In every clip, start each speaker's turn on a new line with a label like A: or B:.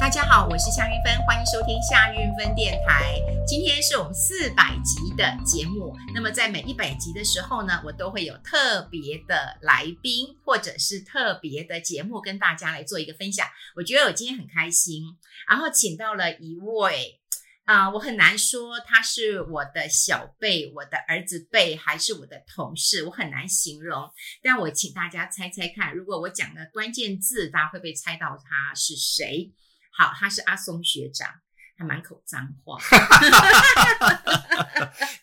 A: 大家好，我是夏运芬，欢迎收听夏运芬电台。今天是我们四百集的节目，那么在每一百集的时候呢，我都会有特别的来宾或者是特别的节目跟大家来做一个分享。我觉得我今天很开心，然后请到了一位。啊、我很难说他是我的小辈、我的儿子辈，还是我的同事，我很难形容。但我请大家猜猜看，如果我讲的关键字，大家会不会猜到他是谁？好，他是阿松学长，还满口脏话。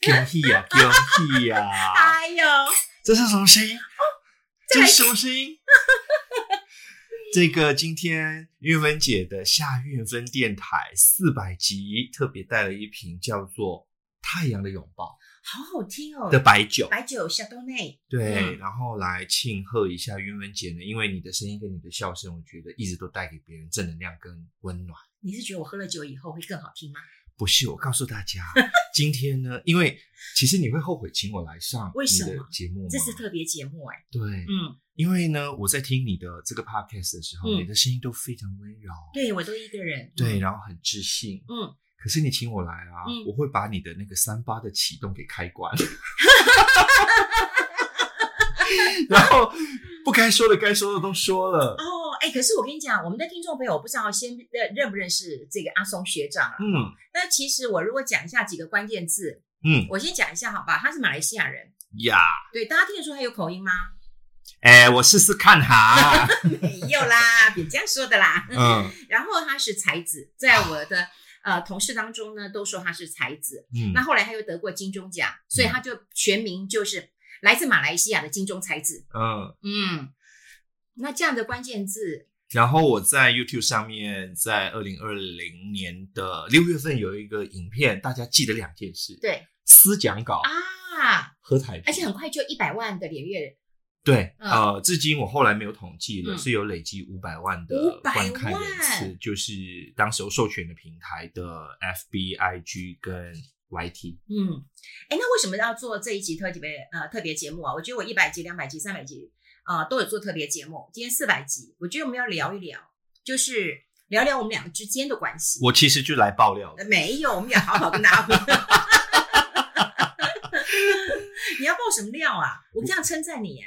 B: 恭喜呀，恭喜呀！
A: 哎呦，
B: 这是什么声音？
A: 再
B: 这
A: 来
B: 是什么声音？这个今天韵芬姐的夏韵芬电台四百集特别带了一瓶叫做《太阳的拥抱
A: 好好听哦》
B: 的，白酒，
A: 白酒小豆内，
B: 对，
A: 嗯
B: 然后来庆贺一下韵芬姐呢，因为你的声音跟你的笑声，我觉得一直都带给别人正能量跟温暖。
A: 你是觉得我喝了酒以后会更好听吗？
B: 不是，我告诉大家，今天呢，因为其实你会后悔请我来上
A: 为
B: 你
A: 什
B: 的
A: 么
B: 节目吗？
A: 这是特别节目哎、
B: 对，
A: 嗯，
B: 因为呢，我在听你的这个 podcast 的时候，
A: 嗯
B: 你的声音都非常温柔，
A: 对我都一个人，嗯
B: 对，然后很自信。
A: 嗯，
B: 可是你请我来啊，
A: 嗯
B: 我会把你的那个三八的启动给开 关，然后不该说的该说的都说了。
A: 哦，哎、可是我跟你讲，我们的听众朋友，我不知道先呃认不认识这个阿松学长啊。
B: 嗯
A: 那其实我如果讲一下几个关键字，
B: 嗯
A: 我先讲一下好吧，他是马来西亚人，
B: 呀，
A: 对，大家听得出他有口音吗？
B: 哎，我试试看哈。
A: 没有啦，别这样说的啦。
B: 嗯
A: 然后他是才子，在我的呃同事当中呢，都说他是才子。
B: 嗯
A: 那后来他又得过金钟奖，所以他就全名就是来自马来西亚的金钟才子。
B: 嗯，
A: 嗯，那这样的关键字，
B: 然后我在 YouTube 上面，在二零二零年的六月份有一个影片，大家记得两件事：
A: 对
B: 思讲稿
A: 啊，
B: 和彩
A: 而
B: 屏
A: 且很快就一百万的连阅
B: 对，
A: 嗯
B: 呃，至今我后来没有统计了，
A: 嗯
B: 是有累积五百万的
A: 500万
B: 观看人次，就是当时候授权的平台的 FB、IG 跟 YT。
A: 嗯，哎，那为什么要做这一集特别呃特别节目啊？我觉得我一百集、两百集、三百集啊、呃都有做特别节目，今天四百集，我觉得我们要聊一聊，就是聊聊我们两个之间的关系。
B: 我其实就来爆料的
A: 呃，没有，我们要好好跟大家聊。 你要爆什么料啊？我这样称赞你耶，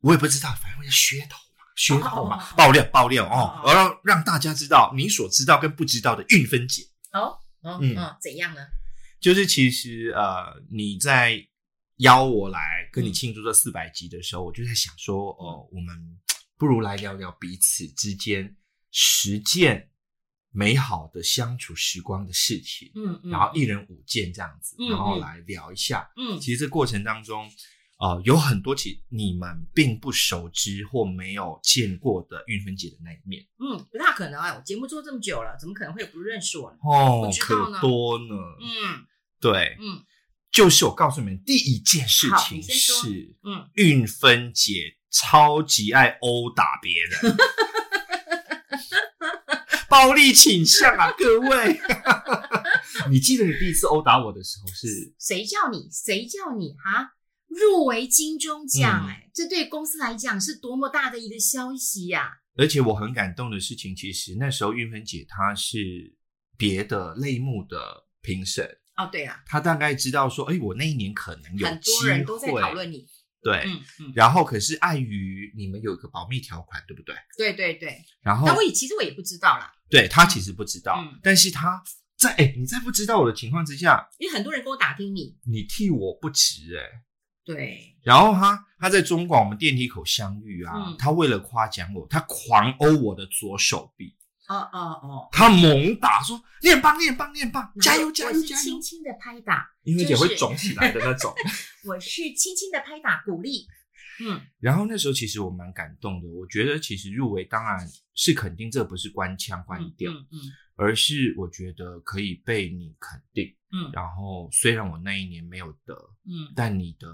B: 我也不知道，反正我是噱头嘛，噱头嘛，
A: 哦哦哦哦
B: 爆料爆料
A: 哦
B: 哦，
A: 哦
B: 我要让大家知道你所知道跟不知道的运分解。
A: 哦，哦
B: 嗯
A: 哦，怎样呢？
B: 就是其实呃，你在邀我来跟你
A: 嗯
B: 庆祝这四百集的时候，我就在想说，哦、我们不如来聊聊彼此之间实践美好的相处时光的事情，
A: 嗯嗯，
B: 然后一人五件这样子，
A: 嗯
B: 然后
A: 嗯
B: 来聊一下。
A: 嗯
B: 其实这过程当中。呃，有很多其你们并不熟知或没有见过的运分姐的那一面
A: 嗯，不大可能啊！我节目做这么久了，怎么可能会不认识我呢？
B: 哦
A: 不知道呢
B: 可多呢。
A: 嗯
B: 对，
A: 嗯
B: 就是我告诉你们，第一件事
A: 好你
B: 情
A: 先说
B: 是，
A: 嗯，
B: 运芬姐超级爱殴打别人， 暴力倾向 啊，各位。 你记得你第一次殴打我的时候是？
A: 谁叫你？谁叫你啊？入围金钟奖，
B: 嗯
A: 哎、这对公司来讲是多么大的一个消息呀、
B: 而且我很感动的事情，其实那时候运芬姐她是别的类目的评审，
A: 哦，对了，
B: 她大概知道说，哎，我那一年可能有
A: 很
B: 机
A: 多
B: 会，
A: 人都在讨论你。
B: 对。
A: 嗯嗯，
B: 然后，可是碍于你们有一个保密条款，对不对？
A: 对对对。
B: 然后
A: 但我也其实我也不知道啦，
B: 对他其实不知道，
A: 嗯
B: 但是他在哎、你在不知道我的情况之下，
A: 因为很多人跟我打听你。
B: 你替我不值哎、
A: 对，
B: 然后他他在中广我们电梯口相遇啊，
A: 嗯
B: 他为了夸奖我，他狂殴我的左手臂，
A: 哦哦哦，
B: 他猛打说你很棒，你很棒，你很棒，加油
A: 我
B: 加
A: 我
B: 油
A: 是
B: 加
A: 轻
B: 油！
A: 轻的拍打，
B: 因为姐
A: 就是
B: 会肿起来的那 种。
A: 我是轻轻的拍打鼓励。嗯
B: 然后那时候其实我蛮感动的，我觉得其实入围当然是肯定，这不是官腔官
A: 嗯
B: 调，
A: 嗯嗯
B: 而是我觉得可以被你肯定。
A: 嗯
B: 然后虽然我那一年没有得，
A: 嗯
B: 但你的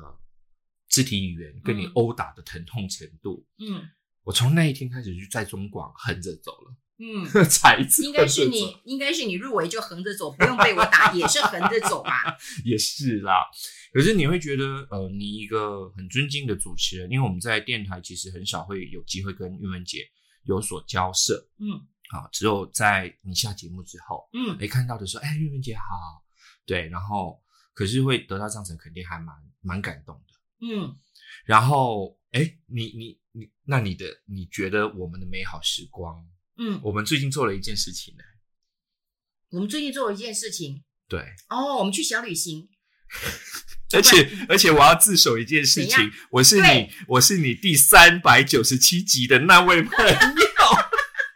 B: 肢体语言跟你
A: 嗯
B: 殴打的疼痛程度，
A: 嗯
B: 我从那一天开始就在中广横着走了，
A: 嗯，
B: 才子
A: 应该是
B: 横着走
A: 你，应该是你入围就横着走，不用被我打，也是横着走啊吧？
B: 也是啦。可是你会觉得，呃，你一个很尊敬的主持人，因为我们在电台其实很少会有机会跟玉文姐有所交涉，
A: 嗯
B: 啊，只有在你下节目之后，
A: 嗯，
B: 哎，看到的时候，哎，玉芬姐好，对，然后可是会得到这样子的肯定，还蛮蛮感动的。
A: 嗯，
B: 然后，哎，你你你，那你的你觉得我们的美好时光，
A: 嗯，
B: 我们最近做了一件事情呢？
A: 我们最近做了一件事情
B: 对，
A: 哦，我们去小旅行，
B: 而且而且我要自首一件事
A: 怎
B: 情
A: 样，
B: 我是你
A: 对
B: 我是你第三百九十七集的那位朋友，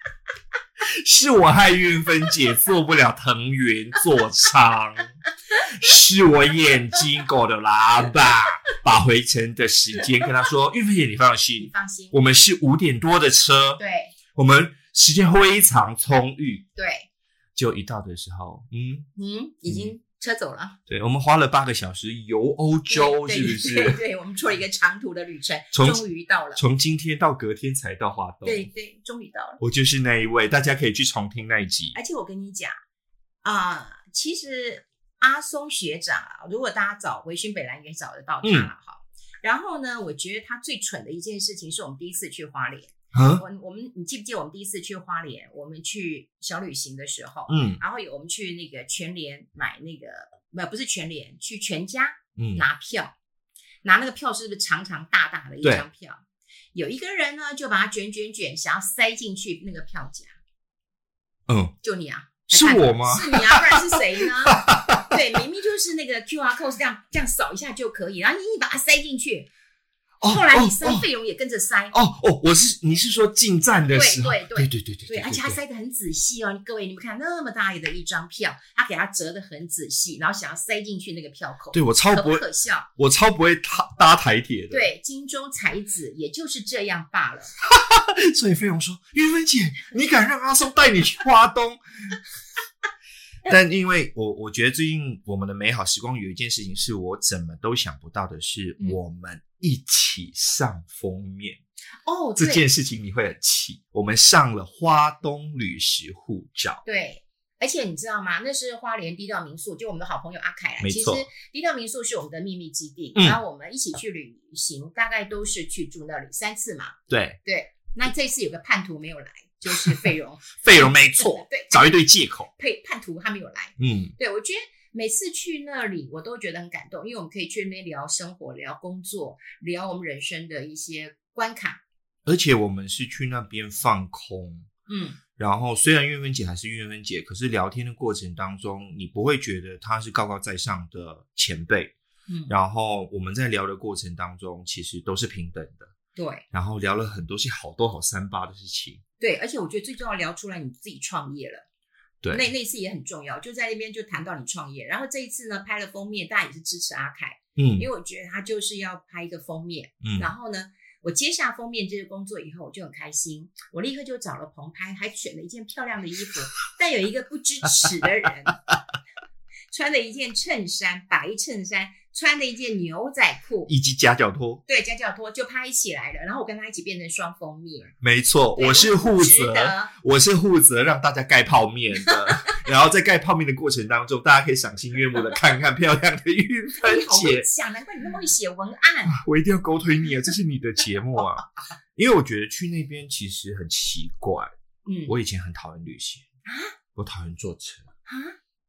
B: 是我害运芬姐做不了腾云座舱，是我眼睛狗的喇叭把回程的时间跟她说，运芬姐你放
A: 你
B: 心，
A: 放心，
B: 我们是五点多的车，
A: 对
B: 我们时间非常充裕，
A: 对，
B: 就一到的时候，嗯，
A: 嗯，已经车走了，
B: 对，我们花了八个小时游欧洲，
A: 对
B: 是不
A: 对
B: 是？
A: 对对，我们做了一个长途的旅程，
B: 从
A: 终于到了，
B: 从今天到隔天才到华东。
A: 对，对，终于到了。
B: 我就是那一位，大家可以去重听那一集。
A: 而且我跟你讲啊、其实阿松学长啊，如果大家找维勋北兰也找得到他
B: 嗯
A: 了哈。然后呢，我觉得他最蠢的一件事情是我们第一次去花莲，
B: 嗯
A: 我我们你记不记得我们第一次去花莲，我们去小旅行的时候，
B: 嗯
A: 然后有我们去那个全联买那个不不是全联，去全家
B: 嗯，
A: 拿票，拿那个票是不是长长大大的一
B: 对
A: 张票？有一个人呢，就把它卷卷卷，想要塞进去那个票夹。
B: 嗯，
A: 就你啊？
B: 是我吗
A: 是你啊，不然是谁 呢？对，明明就是那个 QR code 是这样这样扫一下就可以，然后你把它塞进去，
B: 哦
A: 后来你塞
B: 哦
A: 费用也跟着塞，
B: 哦哦，我是你是说进站的时候，
A: 对对
B: 对对对对
A: 对，而且他塞得很仔细哦。各位，你们看那么大的一张票，他给它折得很仔细，然后想要塞进去那个票口，
B: 对我超
A: 可
B: 不
A: 不
B: 会，
A: 可笑？
B: 我超不会搭搭台铁的。，
A: 对，荆州才子也就是这样罢了。
B: 所以飞鸿说：“玉芬姐，你敢让阿松带你去花东？” 但因为我我觉得最近我们的美好时光有一件事情是我怎么都想不到的是，
A: 嗯
B: 我们一起上封面。
A: 哦，
B: 这
A: 对
B: 件事情你会很气。我们上了花东旅食护照，
A: 对。而且你知道吗？那是花莲低调民宿，就我们的好朋友阿凯来。
B: 没
A: 其实
B: 错
A: 低调民宿是我们的秘密基地，
B: 嗯
A: 然后我们一起去旅行，大概都是去住那里三次嘛。
B: 对，
A: 那这次有个叛徒没有来，就是 费荣
B: 费用没错，
A: 对
B: 找一堆借口。
A: 配叛徒他没有来。
B: 嗯，
A: 对我觉得每次去那里，我都觉得很感动，因为我们可以去那边聊生活、聊工作、聊我们人生的一些关卡。
B: 而且我们是去那边放空，
A: 嗯，
B: 然后虽然月芬姐还是月芬姐，可是聊天的过程当中，你不会觉得她是高高在上的前辈。
A: 嗯
B: 然后我们在聊的过程当中，其实都是平等的，
A: 对
B: 然后聊了很多些好多好三八的事情。
A: 对，而且我觉得最重要聊出来你自己创业了，
B: 对，
A: 那那次也很重要，就在那边就谈到你创业，然后这一次呢拍了封面，大家也是支持阿凯，因
B: 嗯
A: 为我觉得他就是要拍一个封面，
B: 嗯，
A: 然后呢，我接下封面这个工作以后，我就很开心，我立刻就找了棚拍，还选了一件漂亮的衣服。但有一个不知耻的人，穿了一件衬衫，白衬衫，穿了一件牛仔裤，
B: 以及夹脚拖，
A: 对夹脚拖就拍起来了。然后我跟他一起变成双封面，
B: 没错，
A: 对
B: 我是
A: 不
B: 负
A: 值
B: 责。
A: 得。
B: 我是负责让大家盖泡面的， 然后在盖泡面的过程当中，大家可以赏心悦目的看看漂亮的玉 芬
A: 你好
B: 姐
A: 会。讲，难怪你那么会写文案。
B: 我一定要狗腿你啊！这是你的节目啊，因为我觉得去那边其实很奇怪。
A: 嗯
B: 我以前很讨厌旅行，我讨厌坐车，
A: 啊，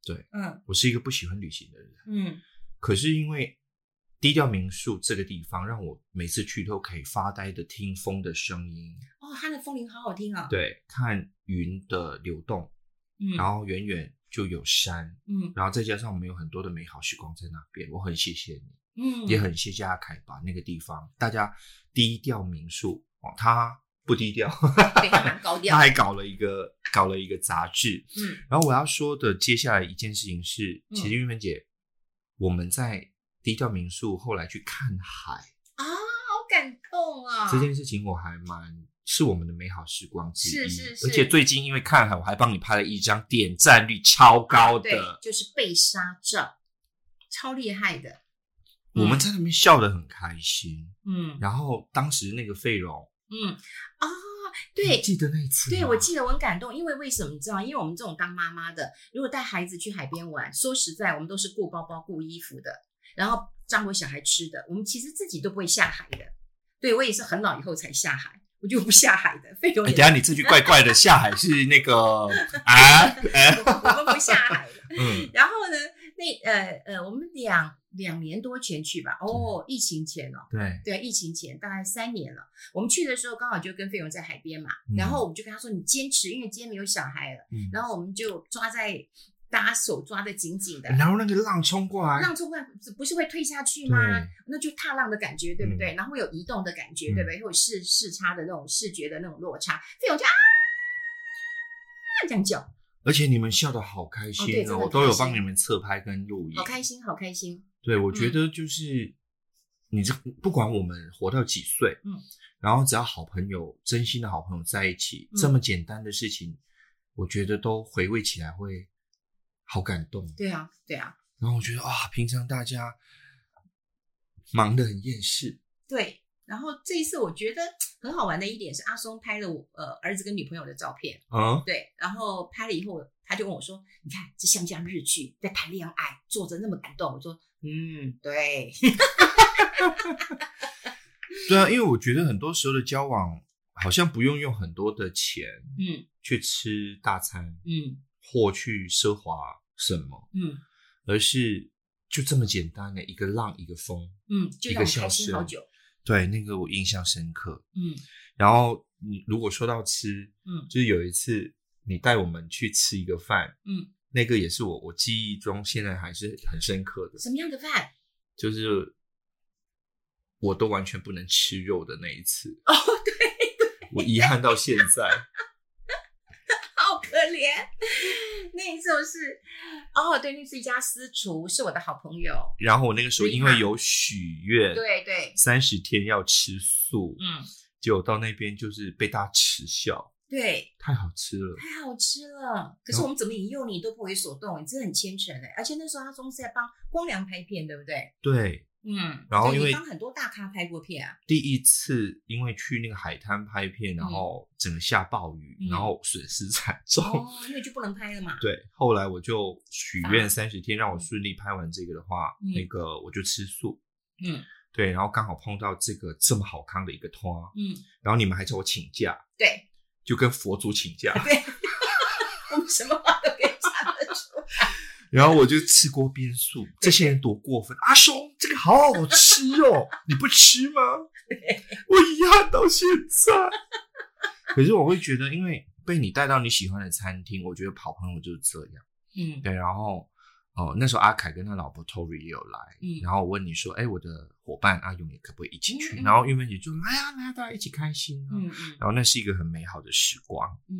B: 对，
A: 嗯
B: 我是一个不喜欢旅行的人。
A: 嗯，
B: 可是因为低调民宿这个地方，让我每次去都可以发呆的听风的声音，
A: 哦，他的风铃好好听哦。，
B: 对，看云的流动，
A: 嗯
B: 然后远远就有山。
A: 嗯
B: 然后再加上我们有很多的美好时光在那边，我很谢谢你，
A: 嗯，
B: 也很谢谢阿凯把那个地方大家低调民宿哦，他不低调，
A: 对他蛮高调
B: 他。还搞了一个搞了一个杂志。
A: 嗯
B: 然后我要说的接下来一件事情是，
A: 嗯
B: 其实玉芬姐，我们在低调民宿后来去看海、
A: 啊，好感动啊！
B: 这件事情，我还蛮。是我们的美好时光之一，
A: 是是是
B: 而且最近因为看海，我还帮你拍了一张点赞率超高的，
A: 对，就是被杀照，超厉害的。
B: 我们在那边笑得很开心。
A: 嗯
B: 然后当时那个费荣，
A: 嗯啊、
B: 你
A: 对
B: 记得那一次吗，
A: 对，我记得我很感动，因为为什么你知道吗？因为我们这种当妈妈的，如果带孩子去海边玩，说实在，我们都是顾包包、顾衣服的，然后照顾小孩吃的，我们其实自己都不会下海的。对我也是很老以后才下海，我就不下海的，费用
B: 哎，
A: 也
B: 等一下你这句怪怪的，下海是那个啊哎，
A: 我们不下海了。
B: 嗯，
A: 然后呢，那呃呃，我们两两年多前去吧，
B: 嗯
A: 哦，疫情前哦，
B: 对，
A: 对，疫情前大概三年了。我们去的时候刚好就跟费勇在海边嘛，
B: 嗯
A: 然后我们就跟他说，你坚持，因为今天没有小孩了。
B: 嗯
A: 然后我们就抓在大家手抓的紧紧的，
B: 然后那个浪冲过来，
A: 浪冲过来不是会退下去吗
B: 对？
A: 那就踏浪的感觉，对不对？然后会有移动的感觉，
B: 嗯
A: 对不对？会有视视差的那种视觉的那种落差。费勇就啊这样叫，
B: 而且你们笑得好开
A: 哦对
B: 心
A: 真的
B: 哦，
A: 很
B: 我都有
A: 开心
B: 帮你们侧拍跟录影
A: 好，开心，好开心。
B: 对，我觉
A: 嗯
B: 得就是、你这不管我们活到几岁，
A: 嗯，
B: 然后只要好朋友、真心的好朋友在一起，
A: 嗯
B: 这么简单的事情，我觉得都回味起来会好感动。
A: 对啊，对啊，
B: 然后我觉得啊，平常大家忙得很厌世，
A: 对。然后这一次我觉得很好玩的一点是，阿松拍了我呃儿子跟女朋友的照片。
B: 嗯，
A: 对，然后拍了以后，他就问我说：“你看，这像不像日剧在谈恋爱，做着那么感动？”我说：“嗯，对，
B: 对啊，因为我觉得很多时候的交往好像不用用很多的钱
A: 嗯
B: 去吃大餐
A: 嗯
B: 或去奢华什么，
A: 嗯
B: 而是就这么简单的一个浪一个风。
A: 嗯，就
B: 一
A: 让
B: 个
A: 我开
B: 小
A: 心
B: 时哦
A: 好久。
B: 对，那个我印象深刻。
A: 嗯
B: 然后你如果说到吃，
A: 嗯
B: 就是有一次你带我们去吃一个饭，
A: 嗯，
B: 那个也是我我记忆中现在还是很深刻的，
A: 什么样的饭？
B: 就是我都完全不能吃肉的那一次，
A: 哦，对，
B: 我遗憾到现 在。
A: 好可怜。 那一次我是，哦，对，那是一家私厨，是我的好朋友。
B: 然后我那个时候因
A: 厉
B: 为
A: 害
B: 有许愿，
A: 对对，
B: 三十天要吃素，
A: 嗯，
B: 结果到那边就是被大家耻笑，
A: 对，
B: 太好吃了。
A: 太好吃了。可是我们怎么引诱你都不为所动，你真的很虔诚哎。而且那时候阿松是在帮光良拍片，对不对？
B: 对，
A: 嗯，
B: 然后
A: 对
B: 因
A: 你
B: 为
A: 帮很多大咖拍过片 啊，
B: 第一次因为去那个海滩拍片，然后整个下暴雨，
A: 嗯
B: 然后损失惨重。
A: 哦，因为就不能拍了嘛。
B: 对，后来我就许愿
A: 啊
B: 三十天，让我顺利拍完这个的话，
A: 嗯
B: 那个我就吃素。
A: 嗯
B: 对，然后刚好碰到这个这么好康的一个团，
A: 嗯，
B: 然后你们还叫我请假，
A: 对，
B: 就跟佛祖请假，
A: 我们什么话都可以讲得 出。
B: 然后我就吃锅边素。这些人多过分！阿松，这个好好吃哦，你不吃 吗？我遗憾到现在。可是我会觉得，因为被你带到你喜欢的餐厅，我觉得好朋友就是这样。
A: 嗯
B: 对，然后哦、呃那时候阿凯跟他老婆 Tori 也有来，
A: 嗯
B: 然后我问你说，哎，我的伙伴阿勇也可不可以一起去？
A: 嗯嗯
B: 然后玉芬姐就来啊来啊，大家一起开心啊。
A: 嗯嗯
B: 然后那是一个很美好的时光，
A: 嗯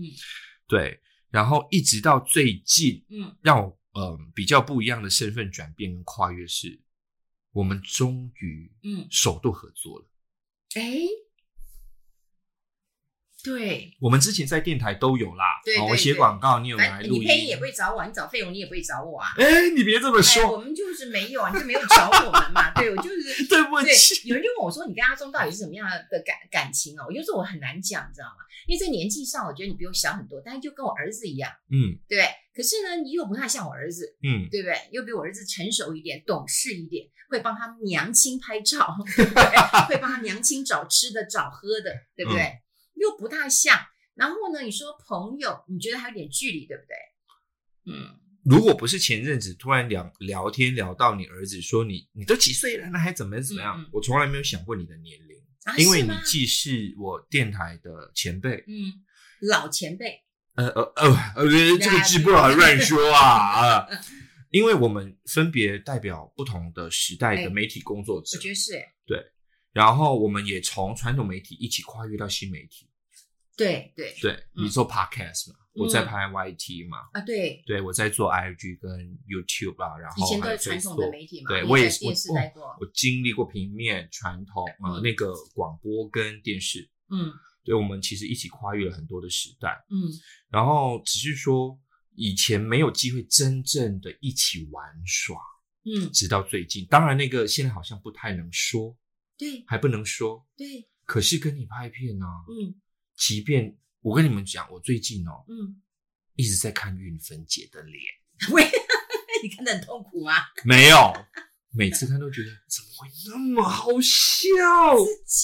B: 对。然后一直到最近，
A: 嗯，
B: 让我嗯、呃比较不一样的身份转变跟跨越是，我们终于
A: 嗯
B: 首度合作了。
A: 哎、对，
B: 我们之前在电台都有啦，
A: 对
B: 哦
A: 对
B: 我写
A: 对
B: 广告，你有
A: 反
B: 来
A: 正
B: 录
A: 你
B: 音，
A: 配音也不会找我，你找费用你也不会找我 啊。
B: 哎，你别这么
A: 哎，
B: 说，
A: 我们就是没有啊，你就没有找我们嘛。对，我就是
B: 对 不
A: 对
B: 起，，
A: 有人就问我说：“你跟阿忠到底是什么样的感感情哦？”我就说我很难讲，你知道吗？因为在年纪上，我觉得你比我小很多，但是就跟我儿子一样，
B: 嗯
A: 对不对？可是呢，你又不太像我儿子，
B: 嗯，
A: 对不对？又比我儿子成熟一点，懂事一点，会帮他娘亲拍照，对不对？会帮他娘亲找吃的、找喝的，对不对？
B: 嗯
A: 又不太像。然后呢，你说朋友，你觉得还有点距离，对不对？嗯，
B: 如果不是前阵子突然聊聊天聊到你儿子说你你都几岁了，那还怎么怎么样？
A: 嗯嗯
B: 我从来没有想过你的年龄，
A: 啊、
B: 因为
A: 是
B: 你
A: 吗
B: 既是我电台的前辈，
A: 嗯老前辈，
B: 呃呃呃呃，
A: 啊
B: 这个字不好乱说啊啊！因为我们分别代表不同的时代
A: 哎
B: 的媒体工作者
A: 我，觉得是哎
B: 然后我们也从传统媒体一起跨越到新媒体。
A: 对对
B: 对，
A: 嗯
B: 你做 podcast 嘛，我在
A: 嗯
B: 拍 YT 嘛，
A: 啊对，
B: 对我在做 IG 跟 YouTube 啊，然
A: 哦
B: 后
A: 以前都
B: 还有
A: 是传统
B: Facebook
A: 的媒体嘛，
B: 对
A: 你
B: 我也
A: 在
B: 是
A: 电视
B: 我
A: 待过，
B: 我经历过平面、传统啊、呃
A: 嗯
B: 那个广播跟电视，
A: 嗯
B: 对我们其实一起跨越了很多的时代。
A: 嗯
B: 然后只是说以前没有机会真正的一起玩耍，
A: 嗯，
B: 直到最近。当然，那个现在好像不太能说，
A: 对
B: 还不能说。
A: 对，
B: 可是跟你拍片啊，
A: 嗯
B: 即便我跟你们讲，我最近哦
A: 嗯，
B: 一直在看运芬姐的脸，
A: 喂，你看得很痛苦吗？
B: 没有，每次看都觉得怎么会那么好笑。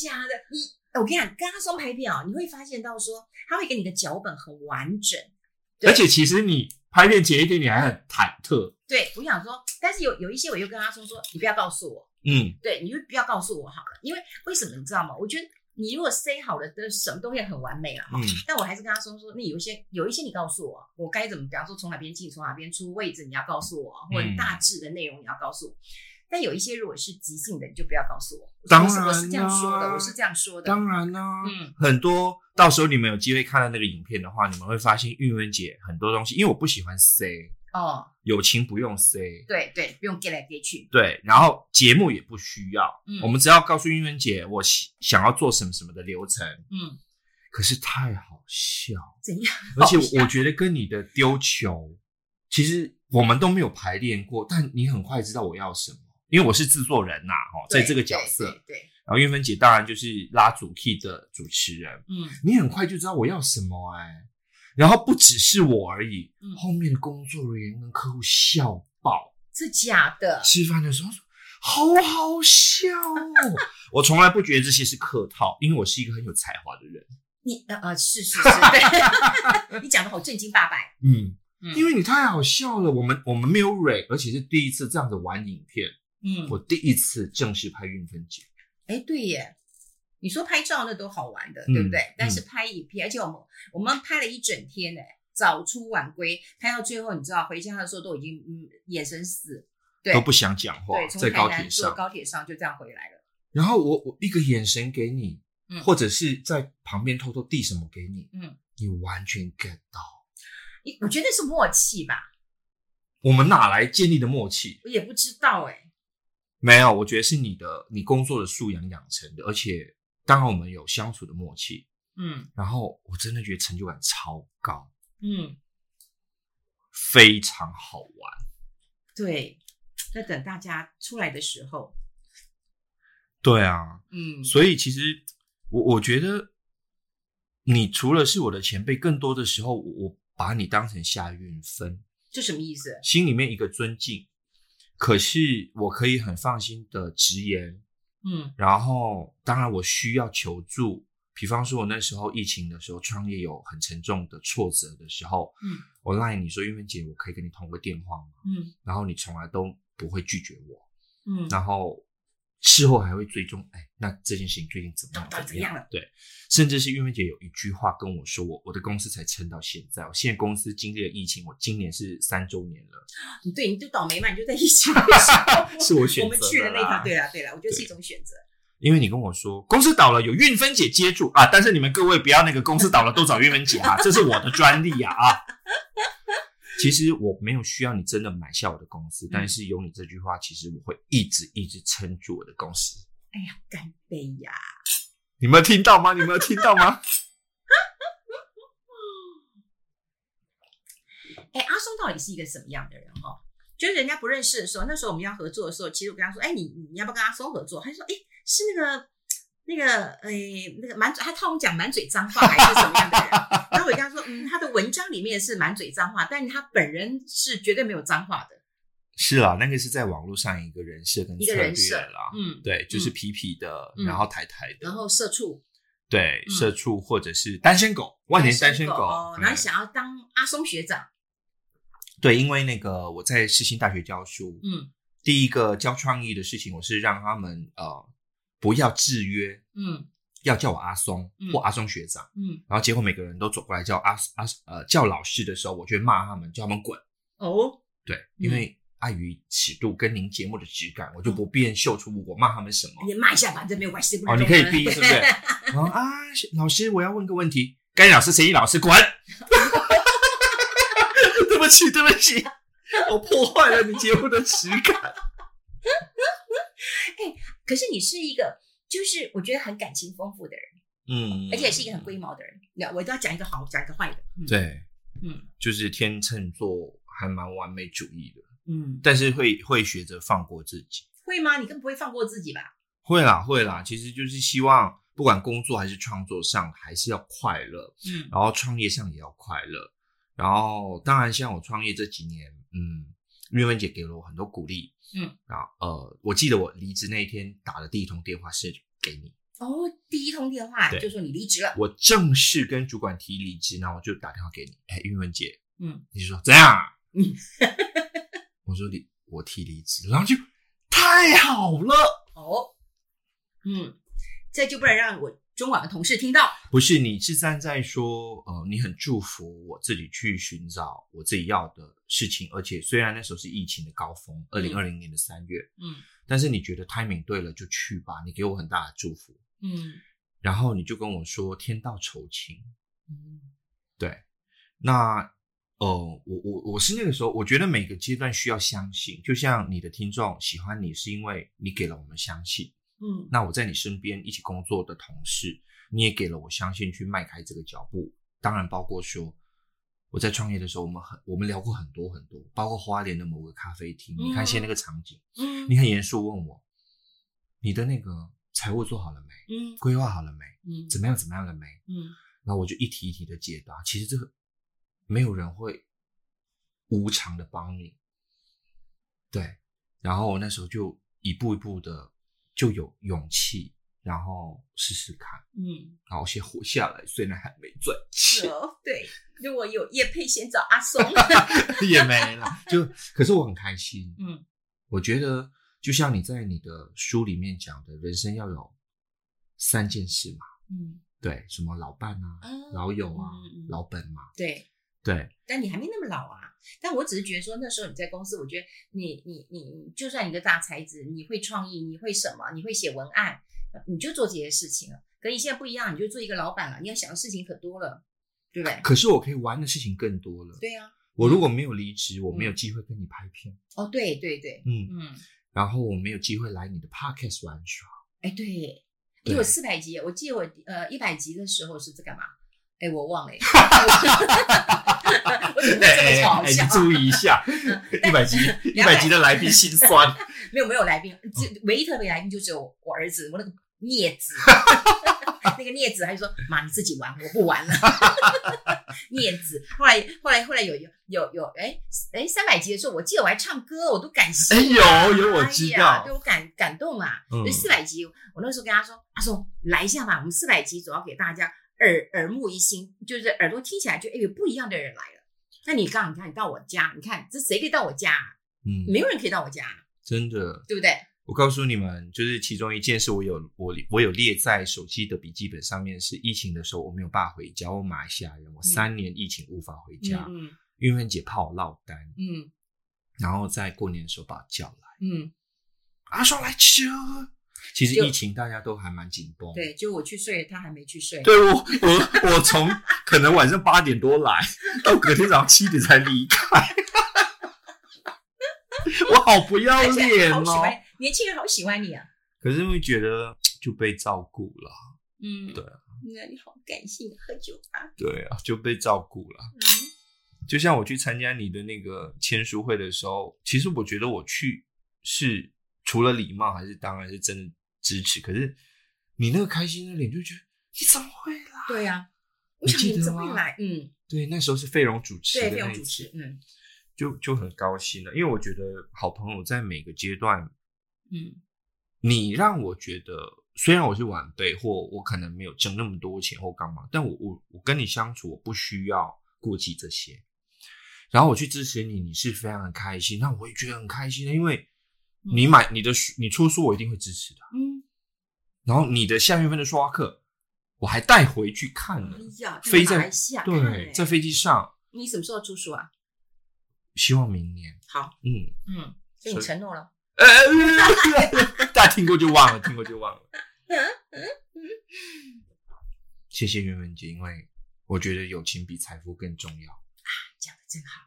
A: 假的，你哎，我跟你讲，跟阿松拍片哦，你会发现到说，他会给你个脚本很完整。对
C: 而且其实你拍片前一天你还很忐忑，
A: 对我想说，但是有有一些我又跟阿松说，你不要告诉我，
B: 嗯，
A: 对，你就不要告诉我好了，因为为什么你知道吗？我觉得你如果塞好了的什么都会很完美了哦哈。
B: 嗯
A: 但我还是跟他说说，你有一些有一些你告诉我，我该怎么，比方说从哪边进，从哪边出，位置你要告诉我，或者
B: 嗯
A: 大致的内容你要告诉我。但有一些如果是即兴的，你就不要告诉我。
B: 当
A: 我是我是
B: 然
A: 这样说的，
B: 啦
A: 我是这样说的。
B: 当然啦、
A: 嗯，
B: 很多到时候你们有机会看到那个影片的话，你们会发现韵文姐很多东西，因为我不喜欢 say，
A: 哦，
B: 友情不用 say，
A: 对对，不用 get 来 get 去。
B: 对，然后节目也不需要，
A: 嗯
B: 我们只要告诉韵文姐我喜想要做什么什么的流程，
A: 嗯，
B: 可是太好笑了。
A: 怎样？
B: 而且我觉得跟你的丢球，其实我们都没有排练过，但你很快知道我要什么，因为我是制作人呐、哦，在
A: 对
B: 这个角色，
A: 对对对，
B: 然后玉芬姐当然就是拉主 key 的主持人，
A: 嗯，
B: 你很快就知道我要什么哎、然后不只是我而已，
A: 嗯
B: 后面的工作人员跟客户笑爆，
A: 是假的。
B: 吃饭的时候说好好笑哦， 我从来不觉得这些是客套，因为我是一个很有才华的人，
A: 你呃呃是是是，对， 你讲的好正经八百。
B: 嗯。
A: 嗯
B: 因为你太好笑了，我们我们没有蕊，而且是第一次这样子玩影片，
A: 嗯，
B: 我第一次正式拍运分节，
A: 哎，对耶，你说拍照那都好玩的，
B: 嗯
A: 对不对
B: 嗯？
A: 但是拍影片，而且我们我们拍了一整天呢，早出晚归，拍到最后，你知道回家的时候都已经嗯眼神死，对
B: 都不想讲话
A: 对，，从
B: 在高
A: 台南
B: 铁
A: 坐
B: 上，
A: 高铁上就这样回来了。
B: 然后我我一个眼神给你，
A: 嗯
B: 或者是在旁边偷偷递什么给你，
A: 嗯，
B: 你完全 get 到，
A: 你我觉得是默契吧，
B: 我们哪来建立的默契？
A: 我也不知道哎。
B: 没有，我觉得是你的你工作的素养养成的，而且当然我们有相处的默契，
A: 嗯
B: 然后我真的觉得成就感超高，
A: 嗯，
B: 非常好玩。
A: 对。那等大家出来的时候，
B: 对啊，
A: 嗯，
B: 所以其实我我觉得，你除了是我的前辈，更多的时候我我把你当成夏运芬，
A: 这什么意思？
B: 心里面一个尊敬。可是我可以很放心的直言，
A: 嗯
B: 然后当然我需要求助。比方说，我那时候疫情的时候，创业有很沉重的挫折的时候，
A: 嗯
B: 我赖你说，玉芬姐，我可以跟你通个电话吗？
A: 嗯
B: 然后你从来都不会拒绝我，
A: 嗯，
B: 然后事后还会追踪，哎，那这件事情最近怎么样？
A: 到底
B: 么
A: 啊怎样了？
B: 对，甚至是玉芬姐有一句话跟我说，我我的公司才撑到现在，我现在公司经历了疫情，我今年是三周年了，
A: 你嗯对，你就倒霉嘛，你就在一起的时候
B: 是我选
A: 我们
B: 择的
A: 去的那
B: 啦
A: 趟，对啦对啦，我觉得是
B: 对
A: 一种选择。
B: 因为你跟我说公司倒了有运芬姐接住啊，但是你们各位不要那个公司倒了都找运芬姐 啊，这是我的专利啊啊。其实我没有需要你真的买下我的公司，但是有你这句话，其实我会一直一直撑住我的公司。
A: 哎呀，干杯呀！
B: 你们有听到吗？你们有听到吗？
A: 哎，阿松到底是一个什么样的人哦？就是人家不认识的时候，那时候我们要合作的时候，其实我跟他说，哎，你你你要不要跟阿松合作？他就说，哎，是那个那个哎那个满嘴，他他跟我讲满嘴脏话还是什么样的人？然后我跟他说，嗯，他的文章里面是满嘴脏话，但他本人是绝对没有脏话
B: 嗯
A: 的。
B: 是啦，那个是在网络上一个人设跟
A: 一个
B: 策
A: 人
B: 略
A: 设
B: 啦，
A: 嗯，
B: 对，就是
A: 嗯
B: 痞痞的，
A: 嗯
B: 然后台台的，
A: 然后社畜，
B: 对
A: 嗯
B: 社畜或者是单身狗，万年单身狗。
A: 哦
B: 嗯
A: 然后想要当阿松学长，
B: 对，因为那个我在世新大学教书，
A: 嗯
B: 第一个教创意的事情，我是让他们呃不要制约，
A: 嗯
B: 要叫我阿松
A: 嗯
B: 或阿松学长。
A: 嗯，
B: 然后结果每个人都走过来叫阿阿呃叫老师的时候，我就会骂他们，叫他们滚。
A: 哦，
B: 对，因为碍于尺度跟您节目的质感，我就不便秀出我骂他们什么。
A: 也骂一下，反正没有关系，不
B: 哦，
A: 能
B: 你可以
A: 动
B: 逼，
A: 人
B: 是不是？然后啊，老师，我要问个问题。该老师谁？老师滚！ 对不起，对不起，我破坏了你节目的质感。
A: 可是你是一个，就是我觉得很感情丰富的人，
B: 嗯
A: 而且也是一个很龟毛的人。那我都要讲一个好，讲一个坏的。嗯，
B: 对，
A: 嗯
B: 就是天秤座还蛮完美主义的，
A: 嗯，
B: 但是会会学着放过自己。
A: 会吗？你更不会放过自己吧？
B: 会啦，会啦，其实就是希望不管工作还是创作上，还是要快乐。
A: 嗯
B: 然后创业上也要快乐。然后当然，像我创业这几年，嗯，瑞文姐给了我很多鼓励，
A: 嗯，
B: 然后呃，我记得我离职那一天打的第一通电话是给你，
A: 哦，第一通电话
B: 对
A: 就说你离职了，
B: 我正式跟主管提离职，然后我就打电话给你，哎，韵文姐，
A: 嗯，
B: 你说怎样啊？
A: 嗯
B: 我说你我提离职，然后就太好了。
A: 哦，嗯，这就不能让我中广的同事听到，
B: 不是你是站在说，呃，你很祝福我自己去寻找我自己要的事情，而且虽然那时候是疫情的高峰，二零二零年的三月，
A: 嗯
B: 但是你觉得 timing 对了就去吧，你给我很大的祝福，
A: 嗯
B: 然后你就跟我说天道酬勤，
A: 嗯
B: 对，那呃，我我我是那个时候，我觉得每个阶段需要相信，就像你的听众喜欢你是因为你给了我们相信，
A: 嗯
B: 那我在你身边一起工作的同事，你也给了我相信去迈开这个脚步。当然，包括说我在创业的时候，我们很我们聊过很多很多，包括花莲的某个咖啡厅，
A: 嗯
B: 你看现在那个场景，
A: 嗯
B: 你很严肃问我，你的那个财务做好了没？
A: 嗯
B: 规划好了没？
A: 嗯
B: 怎么样怎么样了没？
A: 嗯
B: 然后我就一题一题的解答。其实这个没有人会无偿的帮你，对。然后我那时候就一步一步的就有勇气，然后试试看，
A: 嗯，
B: 然后先活下来。虽然还没赚
A: 是
B: 钱，
A: 哦，对，如果有叶佩先找阿松，
B: 也没了，就可是我很开心。
A: 嗯
B: 我觉得就像你在你的书里面讲的，人生要有三件事嘛，
A: 嗯，
B: 对，什么老伴啊、
A: 嗯
B: 老友啊、
A: 嗯嗯
B: 老本嘛，
A: 对。
B: 对。
A: 但你还没那么老啊。但我只是觉得说，那时候你在公司，我觉得你你你，你就算你个大才子，你会创意，你会什么，你会写文案，呃你就做这些事情了。跟你现在不一样，你就做一个老板了，你要想的事情可多了，对不对？
B: 可是我可以玩的事情更多了。
A: 对啊，
B: 我如果没有离职，我没
A: 嗯
B: 有机会跟你拍片，
A: 哦，对对对，
B: 嗯，
A: 嗯，
B: 然后我没有机会来你的 podcast 玩耍，
A: 哎，对，
B: 对
A: 因为我四百集，我记得我呃一百集的时候是在干嘛？哎，我 忘了耶，我怎么会这么搞笑？嗯
B: 哎你注意 一下，一百集一百集的来宾心酸，
A: 没有没有来宾，
B: 嗯
A: 这唯一特别来宾就只有我儿子，我那个镊 子，那个镊子还说妈你自己玩，我不玩了。 镊子，后来后来后来有有有有，哎哎三百集的时候，我记得我还唱歌，我都感谢
B: 哎
A: 啊、
B: 有有我知道
A: 哎呀对我感感动啊。
B: 嗯
A: 就四百集，我那时候跟他说，他说来一下吧，我们四百集总要给大家耳耳目一新，就是耳朵听起来就哎有不一样的人来了。那你刚你看你到我家，你看这谁可以到我家、啊？
B: 嗯，
A: 没有人可以到我家啊、
B: 真的，
A: 对不对？
B: 我告诉你们，就是其中一件事，我有我我有列在手机的笔记本上面，是疫情的时候我没有办法回家，我马来西亚人，我三年疫情无法回家，
A: 嗯
B: 韵文姐怕我落单，
A: 嗯
B: 然后在过年的时候把我叫来，
A: 嗯，
B: 阿爽来吃啊。其实
A: 就
B: 疫情大家都还蛮紧绷，
A: 对，就我去睡，他还没去睡。
B: 哦对我，我我从可能晚上八点多来，到隔天早上七点才离开，我好不要
A: 而且
B: 脸
A: 好喜
B: 哦。
A: 欢年轻人，好喜欢你啊！
B: 可是会觉得就被照顾了，
A: 嗯，
B: 对
A: 那你好感性，喝酒吧。
B: 对啊，就被照顾了。
A: 嗯
B: 就像我去参加你的那个签书会的时候，其实我觉得我去是除了礼貌，还是当然是真的支持。可是你那个开心的脸，就觉得你怎么会来？
A: 对呀，我
B: 你
A: 想
B: 记
A: 你
B: 得
A: 怎么
B: 吗
A: 会来？嗯，
B: 对，那时候是费荣主持的
A: 对，费
B: 那一
A: 用主
B: 次
A: 持，嗯
B: 就就很高兴了，因为我觉得好朋友在每个阶段，
A: 嗯
B: 你让我觉得，虽然我是晚辈，或我可能没有挣那么多钱或干嘛，但我我我跟你相处，我不需要顾忌这些。然后我去支持你，你是非常的开心，那我也觉得很开心的，因为你买你的书，你出书我一定会支持的。
A: 嗯，
B: 然后你的夏运芬的说话课，我还带回去看了
A: 哎，呀，
B: 飞
A: 在
B: 在
A: 马来西亚看
B: 对，
A: 欸，
B: 在飞机上，
A: 你什么时候出书啊？
B: 希望明年，
A: 好，
B: 嗯。
A: 嗯，所以你
B: 所以
A: 承诺了。
B: 呃，大家听过就忘了，听过就忘了。谢谢袁文姐，因为我觉得友情比财富更重要。
A: 讲的真好，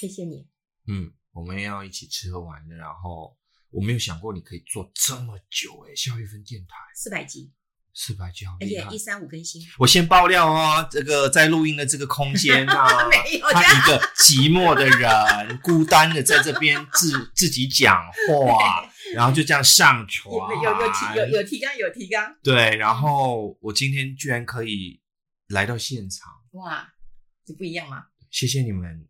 A: 谢谢你。
B: 嗯，我们要一起吃喝玩乐，然后我没有想过你可以做这么久诶、肖一芬电台
A: 四百集，
B: 四百集好
A: 而
B: 厉
A: 且
B: 害
A: 一！三五更新，，
B: 我先爆料哦，这个在录音的这个空间啊
A: 没有
B: 他一个寂寞的人，孤单的在这边自自己讲话，然后就这样 上
A: 有
B: 床，
A: 有有提有有提纲有提纲，
B: 对，然后我今天居然可以来到现场，
A: 哇，这不一样吗？
B: 谢谢你们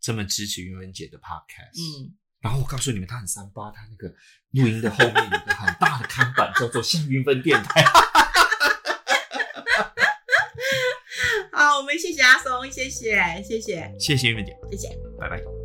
B: 这么支持云文姐的 podcast。嗯，
A: 嗯，
B: 然后我告诉你们，她很三八，她那个录音的后面有个很大的看板，叫做“像云分电台”，谢谢阿松，谢谢，谢谢。
A: 谢谢玉芬姐，
B: 谢谢，
A: 拜拜。